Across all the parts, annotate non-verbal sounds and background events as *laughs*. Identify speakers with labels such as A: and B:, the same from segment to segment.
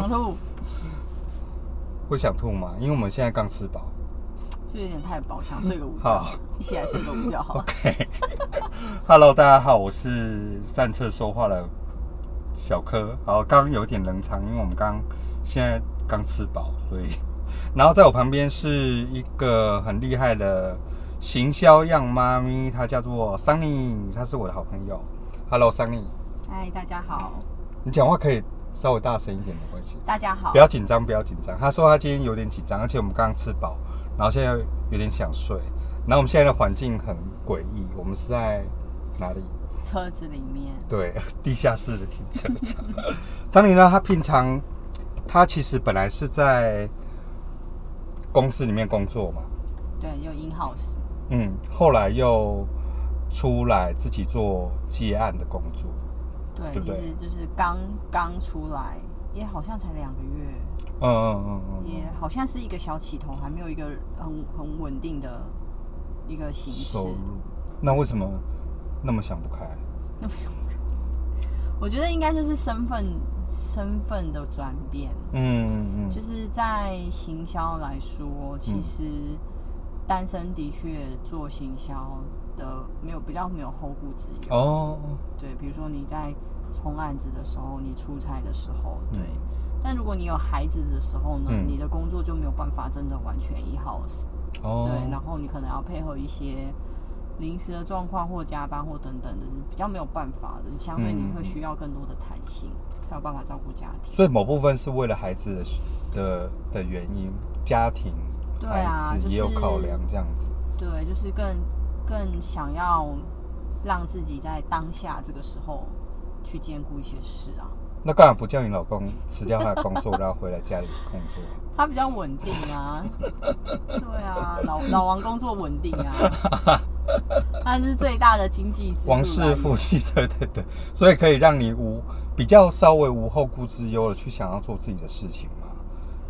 A: 想吐，
B: 会想吐吗？因为我们现在刚吃饱。
A: 就有点太饱，想睡个午觉
B: 嗯好，
A: 一起来睡个午觉好了。
B: *laughs* OK，Hello，大家好，我是擅策说话的小柯。好，刚刚有点冷场，因为我们刚现在刚吃饱，所以，然后在我旁边是一个很厉害的行销样妈咪，她叫做 Sunny，她是我的好朋友。Hello，Sunny，
A: 嗨，大家好，
B: 你讲话可以稍微大声一点，没关系。
A: 大家好
B: 不。要紧张，不要紧张。他说他今天有点紧张，而且我们刚刚吃饱，然后现在有点想睡。然后我们现在的环境很诡异，我们是在哪里？
A: 车子里面，
B: 对， *laughs* 地下室的停车场。 *laughs* 张琳呢，她平常她其实本来是在公司里面工作嘛，
A: 对，有 in house，
B: 嗯，后来又出来自己做接案的工作。
A: 对，
B: 对不
A: 其
B: 对
A: 实就是刚刚出来，也好像才两个月，
B: 嗯嗯嗯嗯嗯，
A: 也好像是一个小起头，还没有一个很很稳定的一个形式
B: 收。入。那为什么那么想不开？
A: 那不想看我觉得应该就是身份身份的转变，
B: 嗯嗯嗯，
A: 就是在行销来说，其
B: 嗯
A: 实单身的确做行销的没有比较没有后顾之忧。
B: 哦，
A: 对，比如说你在冲案子的时候，你出差的时候，
B: 嗯
A: 对。但如果你有孩子的时候呢，
B: 嗯
A: 你的工作就没有办法真的完全一 house，、
B: 哦，
A: 对，然后你可能要配合一些临时的状况或加班或等等的，是比较没有办法的，相对你
B: 嗯嗯
A: 会
B: 嗯
A: 需要更多的弹性，才有办法照顾家庭。
B: 所以某部分是为了孩子的的的原因，家庭、
A: 对
B: 孩
A: 啊
B: 子
A: 就
B: 也有考
A: 是
B: 量这样子。
A: 对，就是更更想要让自己在当下这个时候去兼顾一些事啊。
B: 那干嘛不叫你老公辞掉他的工作，然后回来家里工
A: *laughs*
B: 作？
A: 他比较稳定啊，对啊，老老王工作稳定啊，
B: *laughs*
A: 他是最大的经济支柱来
B: 王
A: 源。
B: 室夫妻，对对对，所以可以让你无比较稍微无后顾之忧的去想要做自己的事情嘛。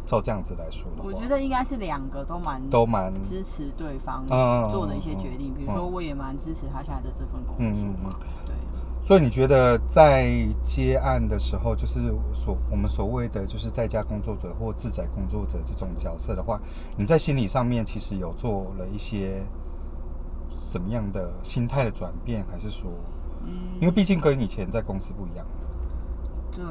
B: 照这样子来说的话，
A: 我觉得应该是两个都蛮
B: 都蛮
A: 支持对方
B: 嗯
A: 做的一些决定，
B: 嗯
A: 比如说我也蛮支持他现在的这份工
B: 嗯
A: 作
B: 嗯
A: 嘛，对，
B: 所以你觉得在接案的时候，就是所我们所谓的就是在家工作者或自宅工作者这种角色的话，你在心理上面其实有做了一些什么样的心态的转变，还是说，
A: 嗯，
B: 因为毕竟跟以前在公司不一样，
A: 对，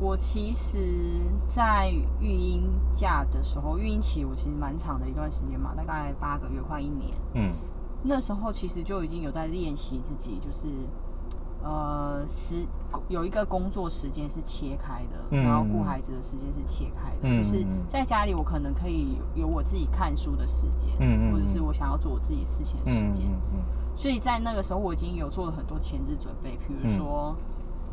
A: 我其实，在育婴假的时候，育婴期我其实蛮长的一段时间嘛，大概八个月，快一年。
B: 嗯
A: 那时候其实就已经有在练习自己，就是呃时有一个工作时间是切开的，
B: 嗯
A: 然后顾孩子的时间是切开的，
B: 嗯
A: 就是在家里我可能可以有我自己看书的时间，
B: 嗯嗯
A: 或者是我想要做我自己事情的时
B: 嗯
A: 间。
B: 嗯嗯，
A: 所以在那个时候，我已经有做了很多前置准备，比
B: 嗯
A: 如说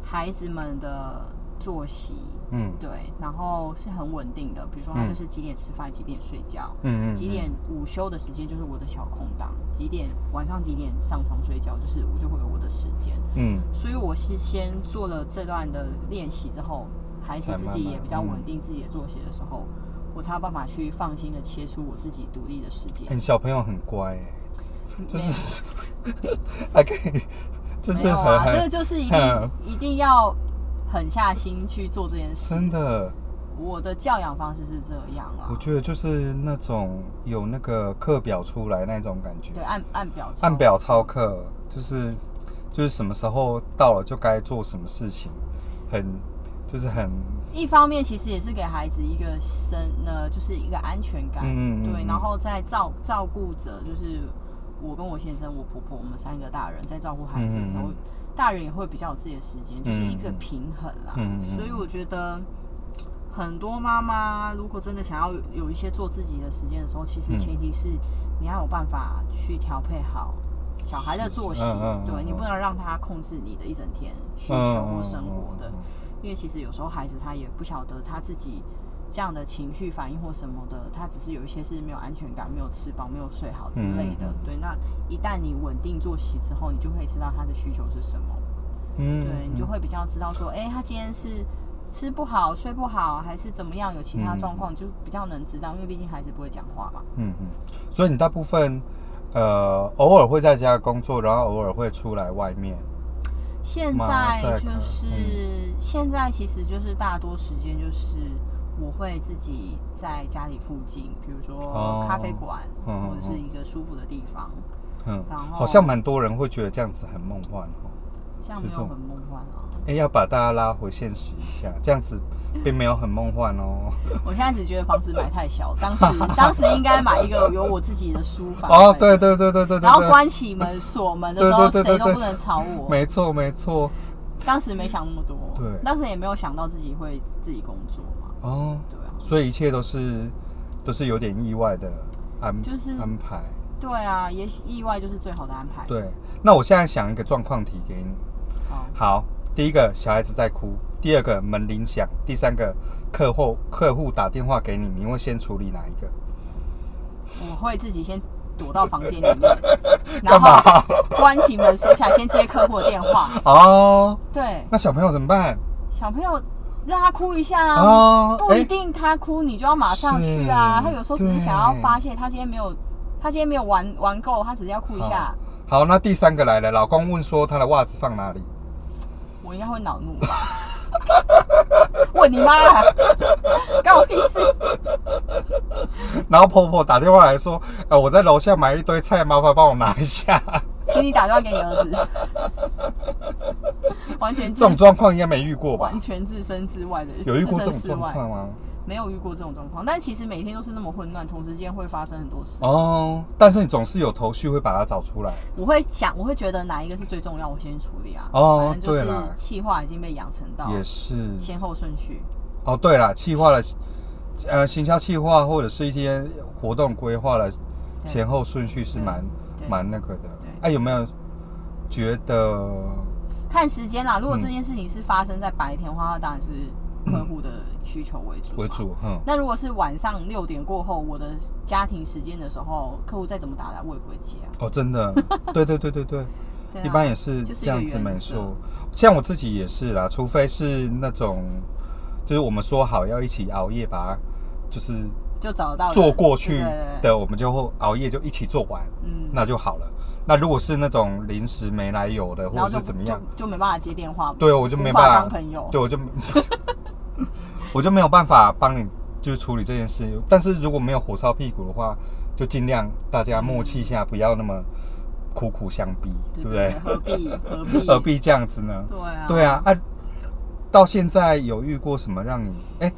A: 孩子们的作息，
B: 嗯
A: 对，然后是很稳定的，比如说他
B: 嗯
A: 就是几点吃饭，几点睡觉，
B: 嗯嗯，
A: 几点午休的时间就是我的小空档，几点晚上几点上床睡觉，就是我就会有我的时间。
B: 嗯
A: 所以我是先做了这段的练习之后，孩子
B: 才
A: 自
B: 慢
A: 己
B: 慢
A: 也比较
B: 嗯
A: 稳定自己的作息的时候，我才有办法去放心的切出我自己独立的时间
B: 哎。你小朋友很乖哎，就
A: 没
B: 是还可以，就是
A: 没有
B: 很、
A: 啊，
B: 很嗯
A: 这个就是一定一定要狠下心去做这件事。
B: 真的。
A: 我的教养方式是这样啊
B: 我，觉得就是那种有那个课表出来那种感觉，
A: 对，按按表操
B: 按表操课，就是就是什么时候到了就该做什么事情，很就是很
A: 一方面其实也是给孩子一个生呃，就是一个安全感，
B: 嗯嗯嗯
A: 对，
B: 嗯
A: 然后再照照顾者，就是我跟我先生、我婆婆，我们三个大人在照顾孩子的时候，
B: 嗯嗯嗯
A: 大人也会比较有自己的时间，就是一个
B: 嗯嗯
A: 平衡啦。
B: 嗯嗯嗯
A: 所以我觉得很多妈妈如果真的想要有一些做自己的时间的时候，其实
B: 嗯
A: 前提是你要有办法去调配好。小孩的作息，
B: 嗯嗯嗯
A: 对
B: 嗯
A: 你不能让他控制你的一整天需求或生活的，
B: 嗯嗯嗯
A: 因为其实有时候孩子他也不晓得他自己这样的情绪反应或什么的，他只是有一些是没有安全感、没有吃饱、没有睡好之类的。
B: 嗯嗯嗯
A: 对，那一旦你稳定作息之后，你就可以知道他的需求是什么。
B: 嗯
A: 对你就会比较知道说，哎、他今天是吃不好、睡不好，还是怎么样，有其他状况，就比较能知道，因为毕竟孩子不会讲话嘛。
B: 嗯嗯，所以你大部分呃偶尔会在家工作，然后偶尔会出来外面，嗯
A: 现
B: 嘛
A: 在
B: 再
A: 就
B: 看
A: 是、现在，其实就是大多时间就是我会自己在家里附近，比如说
B: 哦
A: 咖啡馆、
B: 嗯
A: 或者是
B: 嗯
A: 一个舒服的地方，
B: 嗯，
A: 然后
B: 好像蛮多人会觉得这样子很梦幻哦。
A: 这样
B: 就
A: 没
B: 这
A: 有
B: 种
A: 很梦幻啊。
B: 哎、要把大家拉回现实一下，这样子并没有很梦幻哦。
A: 我现在只觉得房子买太小，当
B: *laughs*
A: 时当时应该买一个有我自己的书房。
B: 哦，对。对对对对对对。
A: 然后关起门锁门的时候，谁
B: 对对对对
A: 都
B: 对
A: 不能吵我。
B: 没错没错。
A: 当时没想那么多，
B: 对
A: 当时也没有想到自己会自己工作嘛，
B: 哦，
A: 对啊，
B: 所以一切都是都是有点意外的安，
A: 就是
B: 安排。
A: 对啊，也许意外就是最好的安排。，
B: 对，那我现在想一个状况题给你。
A: 好，
B: 好，第一个小孩子在哭，第二个门铃响，第三个客户客户打电话给你，你会先处理哪一个？
A: 我会自己先躲到房间里面，然
B: *laughs* 干
A: 后
B: 嘛？
A: 关起门锁起来，先接客户的电话。
B: 哦，
A: 对，
B: 那小朋友怎么办？
A: 小朋友让他哭一下啊，
B: 哦，哎
A: 不一定他哭你就要马上去啊。
B: 是
A: 他有时候只是想要发泄，他今天没有，他今天没有玩玩够，他只是要哭一下。
B: 好，那第三个来了，老公问说他的袜子放哪里？ *laughs*
A: 我应该会恼怒吧？问你妈 *laughs* 啊，干我屁事！
B: 然后婆婆打电话来说，呃，我在楼下买一堆菜，麻烦帮我拿一
A: *laughs*
B: 下。
A: 请你打电话给你儿子， *laughs* 完全
B: 这
A: 置
B: 种状况应该没遇过吧
A: 完？全置身之外的，
B: 有遇过
A: 置身
B: 这种
A: 事
B: 状
A: 外。
B: 况吗？
A: 没有遇过这种状况，但其实每天都是那么混乱，同时间会发生很多事。
B: 哦，但是你总是有头绪，会把它找出来。
A: 我会想，我会觉得哪一个是最重要，我先处理啊。
B: 哦
A: 反正就
B: 对啦
A: 是气化已经被养成到
B: 也是。
A: 哦先后顺序。
B: 哦，对了，企划了，呃，行销企划或者是一些活动规划了，
A: 对
B: 前后顺序是
A: 对
B: 蛮
A: 对
B: 蛮那个的。
A: 对
B: 哎、有没有觉得？
A: 看时间啦，如
B: 嗯
A: 果这件事情是发生在白天的话，那当然是客户的需求为主。
B: 为。主，哼，
A: 那如果是晚上六点过后，我的家庭时间的时候，客户再怎么打来，我也不会接啊。
B: 哦，真
A: *laughs*
B: 的，对对对对对，
A: 对啊
B: 一般也是
A: 就是一
B: 这
A: 个
B: 样子，
A: 原
B: 没
A: 则
B: 错。像我自己也是啦，除非是那种，就是我们说好要一起熬夜，把它就是
A: 就找得到人
B: 做过去
A: 对对对
B: 的，我们就会熬夜就一起做完，
A: 嗯，
B: 那就好了。那如果是那种临时没来由的，或
A: 然后
B: 者
A: 就是
B: 怎么样，
A: 就就没办法接电话，
B: 对我就没
A: 无法
B: 办
A: 当
B: 法，
A: 朋友。
B: 对我就 *laughs* 我就没有办法帮你就是处理这件事。但是如果没有火烧屁股的话，就尽量大家默契一下，不要那么苦苦相逼，对
A: 对对
B: 不对？
A: 何必何必
B: *laughs* 何必这样子呢？
A: 对啊，
B: 对啊，啊，到现在有遇过什么让你哎、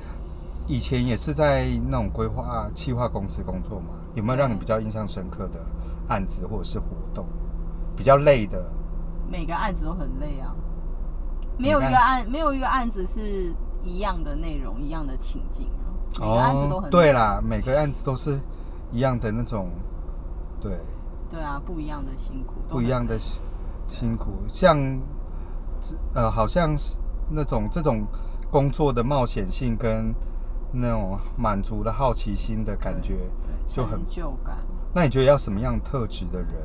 B: 以前也是在那种规划企划公司工作嘛，有没有让你
A: 对
B: 比较印象深刻的案子或者是活动？比较累的
A: 每个案子都很累啊，没有一个
B: 每个
A: 案没有一个案子是一样的内容、一样的情境啊，每个案子都很累
B: 哦对啦，每个案子都是一样的那种，对，
A: 对啊，不一样的辛苦，都
B: 不一样的辛辛苦。像这呃，好像是那种这种工作的冒险性跟那种满足的好奇心的感觉，
A: 对
B: 就很
A: 成就感。
B: 那你觉得要什么样特质的人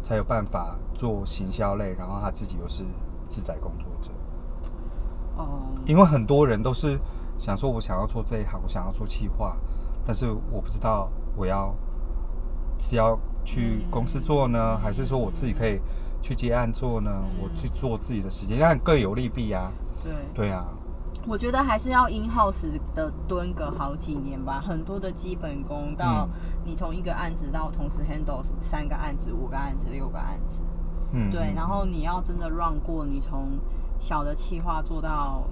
B: 才有办法做行销类，然后他自己又是自在工作者？
A: 哦、
B: 因为很多人都是想说，我想要做这一行，我想要做企划，但是我不知道我要是要去公司做
A: 嗯
B: 呢，还是说我自己可以去接案做呢？我去做自己的时间，但各有利弊啊。
A: 对，
B: 对啊，
A: 我觉得还是要 in house 的蹲个好几年吧，很多的基本功到
B: 嗯
A: 你从一个案子到同时 handle 三个案子、五个案子、六个案子，
B: 嗯，
A: 对，
B: 嗯
A: 然后你要真的 run 过，你从小的企划做到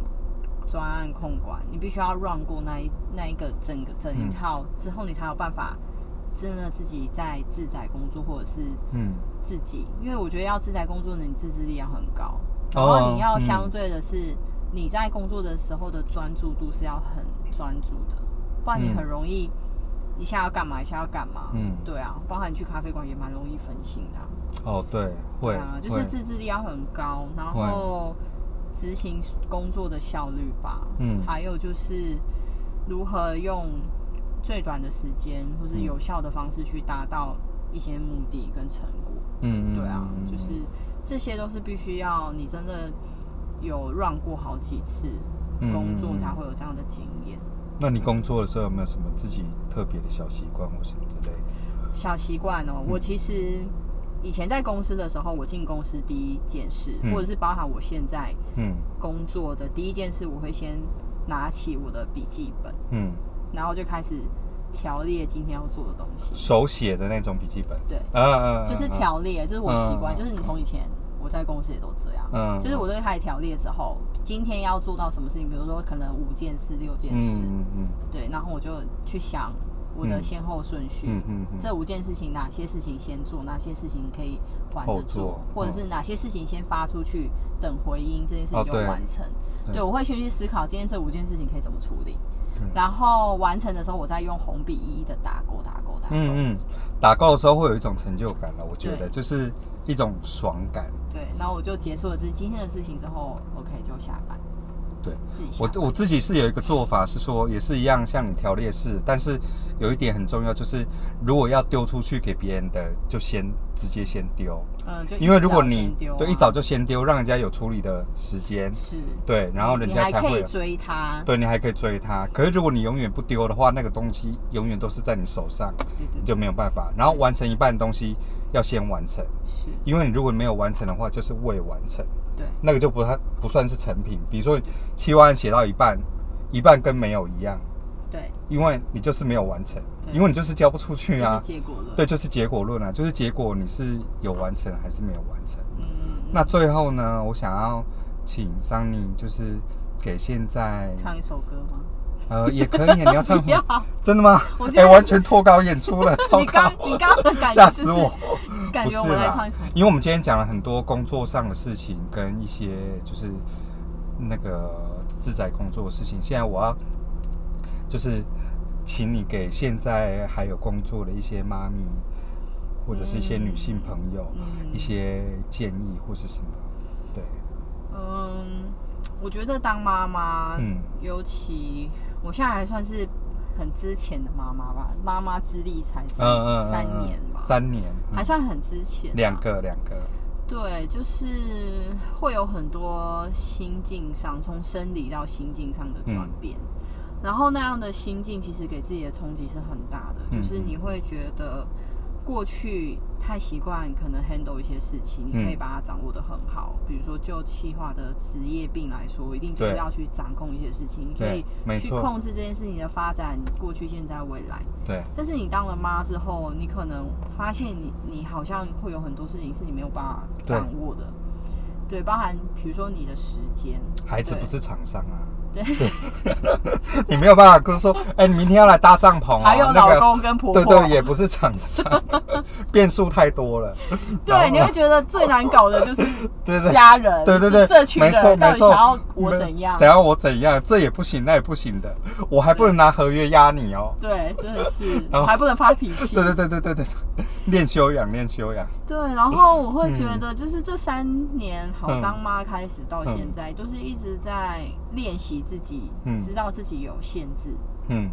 A: 专案控管，你必须要 run 过那一那一个整个整一
B: 嗯
A: 套、之后，你才有办法真的自己在自在工作，或者是
B: 嗯，
A: 自己，因为我觉得要自在工作的你自制力要很高，然
B: 哦
A: 后你要
B: 嗯
A: 相对的是、你在工作的时候的专注度是要很专注的，不然你
B: 嗯
A: 很容易一下要干嘛，一下要干嘛，
B: 嗯
A: 对啊，包含你去咖啡馆也蛮容易分心的啊、
B: 哦，对，会，
A: 啊，就
B: 会
A: 是自制力要很高，然后执行工作的效率吧。
B: 嗯
A: 还有就是如何用最短的时间或是
B: 嗯
A: 有效的方式去达到一些目的跟成果。
B: 嗯，嗯
A: 对啊，
B: 嗯
A: 就是这些都是必须要你真的有 run 过好几次
B: 嗯
A: 工
B: 嗯
A: 作
B: 嗯
A: 才会有这样的经验。
B: 那你工作的时候有没有什么自己特别的小习惯或什么之类的？嗯
A: 小习惯哦，我其实以前在公司的时候，我进公司第一件事，
B: 嗯
A: 或者是包含我现在
B: 嗯
A: 工作的第一件事，我会先拿起我的笔记本，
B: 嗯，
A: 然后就开始条列今天要做的东西。
B: 手写的那种笔记本，
A: 对，
B: 啊啊，啊
A: 就是，条列，这是我习惯，
B: 嗯
A: 就是你从以前我在公司也都这样。
B: 嗯
A: 就是我对开始条列之后，今天要做到什么事情，比如说可能五件事、六件事，
B: 嗯嗯
A: 对，然后我就去想我的先后顺序，
B: 嗯嗯嗯，
A: 这五件事情哪些事情先做，哪些事情可以缓
B: 后
A: 着
B: 做嗯
A: 做，或者是哪些事情先发出去，等回音这件事情
B: 哦
A: 就
B: 对
A: 完成。
B: 对嗯
A: 我会先去思考今天这五件事情可以怎么处理
B: 对，
A: 然后完成的时候，我再用红笔一一的打勾、打勾、打勾。
B: 嗯嗯，打勾的时候会有一种成就感了，我觉得
A: 对
B: 就是一种爽感。
A: 对，然后我就结束了这今天的事情之后，OK 就下班。
B: 对，
A: 自己下
B: 我
A: 班
B: 我自己是有一个做法，是说也是一样，像你条列式，但是有一点很重要，就是如果要丢出去给别人的，就先直接先丢，
A: 嗯，就
B: 因为如果
A: 一早先
B: 你
A: 丢啊
B: 对一早就先丢，让人家有处理的时间，
A: 是，
B: 对，然后人
A: 你
B: 家
A: 还
B: 才
A: 可
B: 会
A: 以
B: 有
A: 追他，
B: 对你还可以追他。可是如果你永远不丢的话，那个东西永远都是在你手上，
A: 对对
B: 你
A: 对，
B: 就没有办法。然后完成一半的东西要先完成，
A: 是，
B: 因为你如果没有完成的话，就是未完成。
A: 对
B: 那个就不太不算是成品。比如说，期望案写到一半，一半跟没有一样，
A: 对，
B: 因为你就是没有完成，
A: 对
B: 因为你就是交不出去
A: 这
B: 啊
A: 是。结果论。
B: 对，就是结果论啊，就是结果你是有完成还是没有完成。
A: 嗯，
B: 那最后呢，我想要请桑尼，就是给现在
A: 唱一首歌吗？
B: 呃也可以，你要
A: *laughs*
B: 唱什么？
A: 么？
B: 真的吗？
A: 我觉
B: 哎、
A: 得
B: 完全脱稿演出
A: *laughs*
B: 了，糟
A: 你刚
B: *laughs* 糕！
A: 你刚刚的感
B: 吓
A: 觉
B: 死
A: 就是
B: 我！
A: 感
B: 不
A: 觉我
B: 是
A: 们来
B: 啦
A: 唱一首，
B: 因为我们今天讲了很多工作上的事情，跟一些就是那个自在工作的事情。现在我要就是请你给现在还有工作的一些妈咪，或者是一些女性朋友、
A: 嗯
B: 一些建议或是什么？对，
A: 嗯，我觉得当妈妈，
B: 嗯
A: 尤其我现在还算是很之前的妈妈吧，妈妈资历才
B: 嗯
A: 三三年吧，
B: 三年，嗯
A: 还算很之前啊，
B: 两个两个，
A: 对，就是会有很多心境上，从生理到心境上的
B: 嗯
A: 转变。然后那样的心境，其实给自己的冲击是很大的，
B: 嗯
A: 就是你会觉得过去太习惯可能 handle 一些事情，你可以
B: 嗯
A: 把它掌握的很好。比如说就气化的职业病来说，一定就
B: 对
A: 是要去掌控一些事情，你可以
B: 对没
A: 去
B: 错
A: 控制这件事情的发展，过去、现在、未来。
B: 对，
A: 但是你当了妈之后，你可能发现你你好像会有很多事情是你没有办法掌握的，对，包含比如说你的时间，
B: 孩子
A: 对
B: 不是厂商啊。
A: 对，
B: *laughs* 你没有办法跟说，哎、你明天要来搭帐篷啊，
A: 还有
B: 那个
A: 老公跟婆婆，
B: 对对，也不是厂
A: *laughs*
B: 商，变数太多了。
A: 对你会觉得最难搞的就是
B: 对对
A: 家人，
B: 哦 *laughs* 对对对，
A: 就这群
B: 没错
A: 人到
B: 没
A: 底想
B: 错。
A: 要我怎样
B: 想？要我怎样？这也不行，那也不行的，我还不能拿合约压你哦。
A: 对，真的是
B: 然后
A: 还不能发脾气，
B: 哦对对对对对对，练修养，练修养。
A: 对，然后我会觉得，就是这三年好
B: 嗯
A: 当妈开始到现在，就是一直在练习自己，
B: 嗯
A: 知道自己有限制，
B: 嗯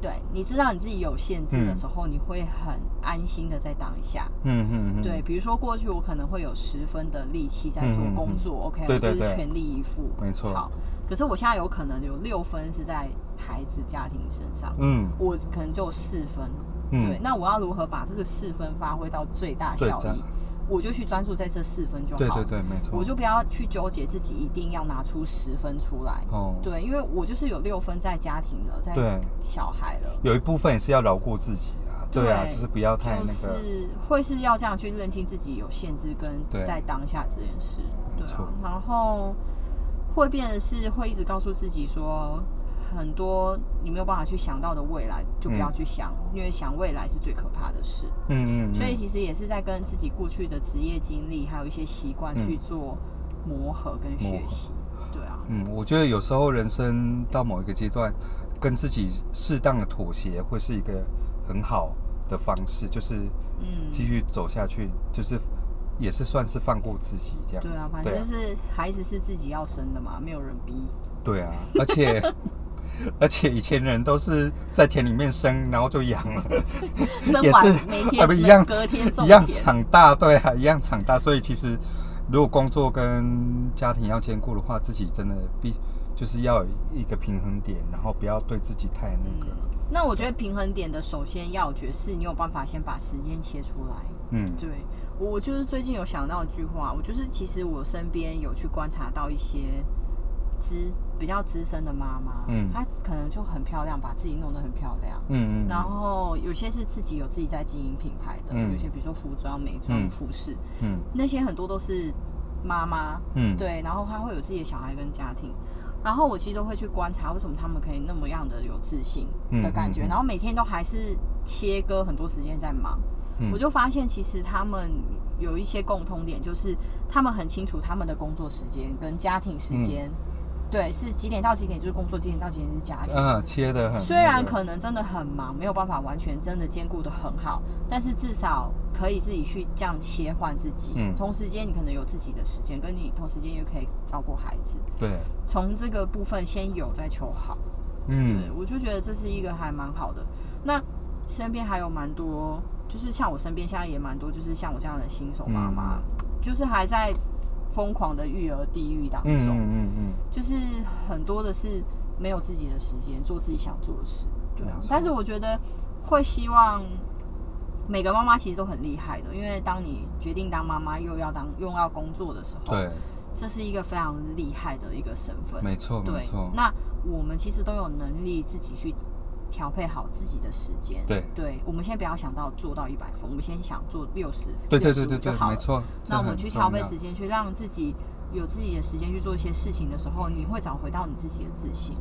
A: 对，你知道你自己有限制的时候，你会很安心的在当下。
B: 嗯嗯嗯，
A: 对，，比如说过去我可能会有十分的力气在做
B: 嗯嗯嗯
A: 工作、o k
B: 对对
A: 我就
B: 对
A: 是全力以赴，
B: 没错
A: 好，可是我现在有可能有六分是在孩子家庭身上，
B: 嗯
A: 我可能就有四分，
B: 嗯，
A: 对，那我要如何把这个四分发挥到最大
B: 对
A: 效
B: 这样
A: 益？我就去专注在这四分就好
B: 对
A: 了。
B: 对对，没错。
A: 我就不要去纠结自己一定要拿出十分出来。
B: 哦，
A: 对，因为我就是有六分在家庭了，在
B: 对，
A: 小孩了。
B: 有一部分也是要饶过自己啊。对啊，
A: 对
B: 就是不要太
A: 就
B: 那个。
A: 是会是要这样去认清自己有限制
B: 对
A: 跟在当下这件事，
B: 没
A: 对
B: 错
A: 啊，然后会变的是会一直告诉自己说，很多你没有办法去想到的未来，就不
B: 嗯
A: 要去想，因为想未来是最可怕的事。
B: 嗯嗯嗯，
A: 所以其实也是在跟自己过去的职业经历，还有一些习惯
B: 嗯
A: 去做磨合跟学习，对啊，
B: 嗯，我觉得有时候人生到某一个阶段，跟自己适当的妥协，会是一个很好的方式，就是
A: 嗯。
B: 继续走下去，就是也是算是放过自己这样子。
A: 对啊，反正就是孩子是自己要生的嘛，没有人逼。
B: 对啊，而
A: *laughs*
B: 且而且以前人都是在田里面生，然后就养了，
A: 生
B: 也
A: 完
B: 是
A: 每
B: 啊 *laughs*
A: 天
B: 不一样
A: 隔天种
B: 一样
A: 田，
B: 长大，对啊，一样长大。所以其实如果工作跟家庭要兼顾的话，自己真的必就是要有一个平衡点，然后不要对自己太那个。
A: 那我觉得平衡点的首先要诀是你有办法先把时间切出来，
B: 嗯
A: 对我我就是最近有想到一句话，我就是其实我身边有去观察到一些资比较资深的妈妈，
B: 嗯
A: 她可能就很漂亮，把自己弄得很漂亮。
B: 嗯嗯，
A: 然后有些是自己有自己在经营品牌的，
B: 嗯
A: 有些比如说服装、美妆、
B: 嗯
A: 服饰，
B: 嗯
A: 那些很多都是妈妈
B: 嗯，
A: 对，然后她会有自己的小孩跟家庭。然后我其实都会去观察，为什么他们可以那么样的有自信
B: 嗯
A: 的感觉，
B: 嗯嗯
A: 然后每天都还是切割很多时间在忙。
B: 嗯
A: 我就发现，其实他们有一些共通点，就是他们很清楚他们的工作时间跟家庭时间，对，是几点到几点就是工作，几点到几点是家庭。
B: 嗯切的很那个，
A: 虽然可能真的很忙，没有办法完全真的兼顾的很好，但是至少可以自己去这样切换自己。
B: 嗯
A: 同时间你可能有自己的时间，跟你同时间又可以照顾孩子，
B: 对，
A: 从这个部分先有再求好。对
B: 嗯，
A: 我就觉得这是一个还蛮好的。那身边还有蛮多，就是像我身边现在也蛮多，就是像我这样的新手妈妈，
B: 嗯
A: 就是还在疯狂的育儿地狱当
B: 嗯嗯
A: 中，
B: 嗯嗯，
A: 就是很多的是没有自己的时间做自己想做的事。对啊
B: 没错，
A: 但是我觉得会希望。每个妈妈其实都很厉害的，因为当你决定当妈妈，又要当又要工作的时候，
B: 对，
A: 这是一个非常厉害的一个身份。
B: 没错没
A: 对
B: 错，，
A: 那我们其实都有能力自己去调配好自己的时间。
B: 对
A: 我们先不要想到做到一百分，我们先想做六十，
B: 对对对对
A: 就
B: 对，
A: 好
B: 没
A: 了。
B: 错，这
A: 那我们
B: 很
A: 去
B: 重
A: 调配
B: 要
A: 时间，去让自己有自己的时间去做一些事情的时候，你会找回到你自己的自信，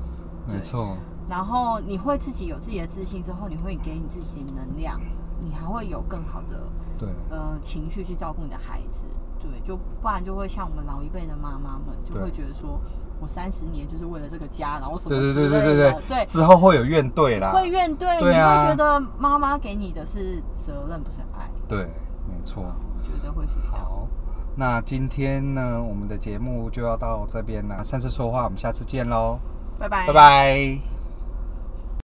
B: 没
A: 对
B: 错，
A: 然后你会自己有自己的自信之后，你会给你自己的能量，你还会有更好的
B: 对，
A: 呃情绪去照顾你的孩子，对，就不然就会像我们老一辈的妈妈们就
B: 对
A: 会觉得说，我三十年就是为了这个家，然后什么
B: 对
A: 之
B: 对对对
A: 类
B: 对
A: 的对
B: 之后会有怨怼啦，
A: 会怨对，
B: 对啊
A: 你会觉得妈妈给你的是责任，不是爱，
B: 对，没错。
A: 我觉得会是这样。
B: 好，那今天呢，我们的节目就要到这边啦。上次说话，我们下次见喽，
A: 拜拜，
B: 拜拜。